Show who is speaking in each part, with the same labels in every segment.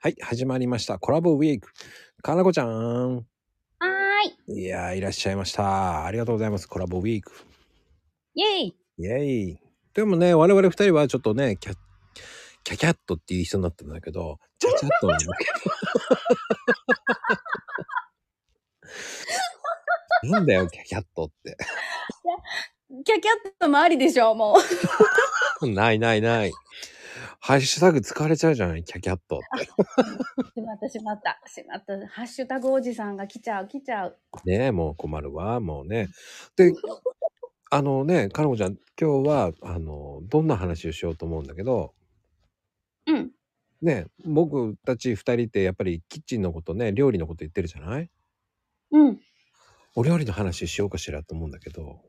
Speaker 1: はい、始まりました。コラボウィーク。かなこちゃん。
Speaker 2: はーい。
Speaker 1: いやー、いらっしゃいました。ありがとうございます。コラボウィーク。
Speaker 2: イェイ。
Speaker 1: イェイ。でもね、我々二人はちょっとね、キャキャキャットっていう人になったんだけど、キャキャットなんだけど。なんだよ、キャキャットって。
Speaker 2: キャキャットもありでしょ、もう。
Speaker 1: ないないない。ハッシュタグ使われちゃうじゃない、キャキャットって。
Speaker 2: しまった、しまった。しまった。ハッシュタグおじさんが来ちゃう、来ちゃう。
Speaker 1: ねえ、もう困るわ、もうね。で、あのね、かのこちゃん、今日は、あの、どんな話をしようと思うんだけど、
Speaker 2: うん。
Speaker 1: ねえ、僕たち二人ってやっぱりキッチンのことね、料理のこと言ってるじゃない
Speaker 2: うん。
Speaker 1: お料理の話しようかしらと思うんだけど、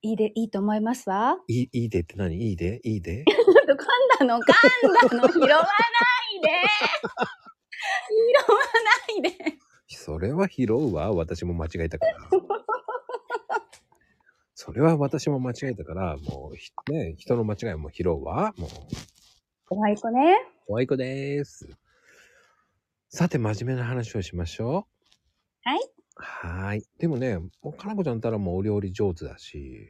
Speaker 2: いいで、いいと思います わ。
Speaker 1: いい、いいでって何いいでいいで
Speaker 2: ちょっと噛んだの、噛んだの、拾わないで。拾わないで。
Speaker 1: それは拾うわ。私も間違えたから。それは私も間違えたから、もうひ、ね、人の間違いも拾うわ。もう、
Speaker 2: おはいこね。
Speaker 1: おあいこでーす。さて、真面目な話をしましょう。
Speaker 2: はい。
Speaker 1: はーい。でもね、もうかなこちゃんたらもうお料理上手だし、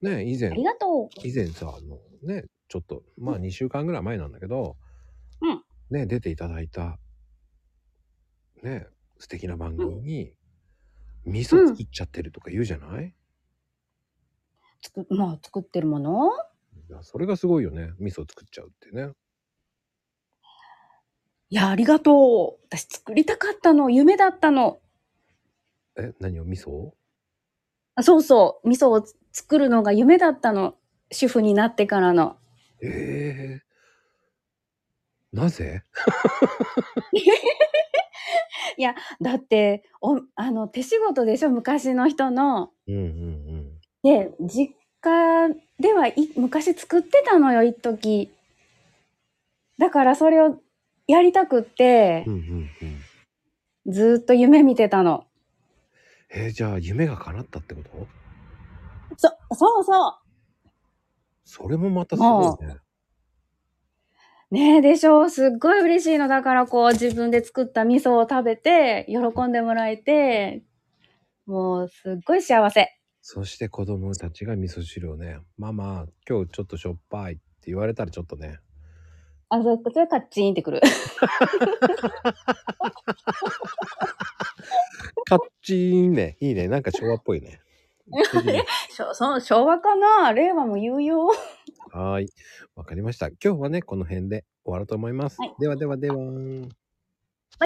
Speaker 1: ね、以前
Speaker 2: あ、りがとう。
Speaker 1: 以前さあのねちょっとまあ2週間ぐらい前なんだけど、
Speaker 2: うん
Speaker 1: ね出ていただいたね素敵な番組に、味噌作っちゃってるとか言うじゃない、
Speaker 2: つく、まあ、作ってるもの
Speaker 1: いやそれがすごいよね味噌作っちゃうってね
Speaker 2: いや、ありがとう。私作りたかったの、夢だったの。
Speaker 1: え何を味噌を
Speaker 2: あそうそう、味噌を作るのが夢だったの。主婦になってからの。
Speaker 1: えー、なぜ
Speaker 2: だっておあの手仕事でしょ昔の人の。
Speaker 1: うんうん
Speaker 2: で実家ではい昔作ってたのよ一時だからそれをやりたくって
Speaker 1: うんうんうんうん
Speaker 2: ずーっと夢見てたの。
Speaker 1: えー、じゃあ夢が叶ったってこと
Speaker 2: そそうそ
Speaker 1: それもまたすごいね
Speaker 2: うねえでしょすっごい嬉しいのだからこう自分で作った味噌を食べて喜んでもらえてもうすっごい幸せ。
Speaker 1: そして子供たちが味噌汁をね、ママ、今日ちょっとしょっぱいって言われたらちょっとね、
Speaker 2: あそそれカッチンってくる。
Speaker 1: カッチーンね、いいね、なんか昭和っぽい ね。
Speaker 2: そそう昭和かな令和も言うよ。
Speaker 1: はーい、わかりました。今日はね、この辺で終わろうと思います。
Speaker 2: はい
Speaker 1: ではではではーん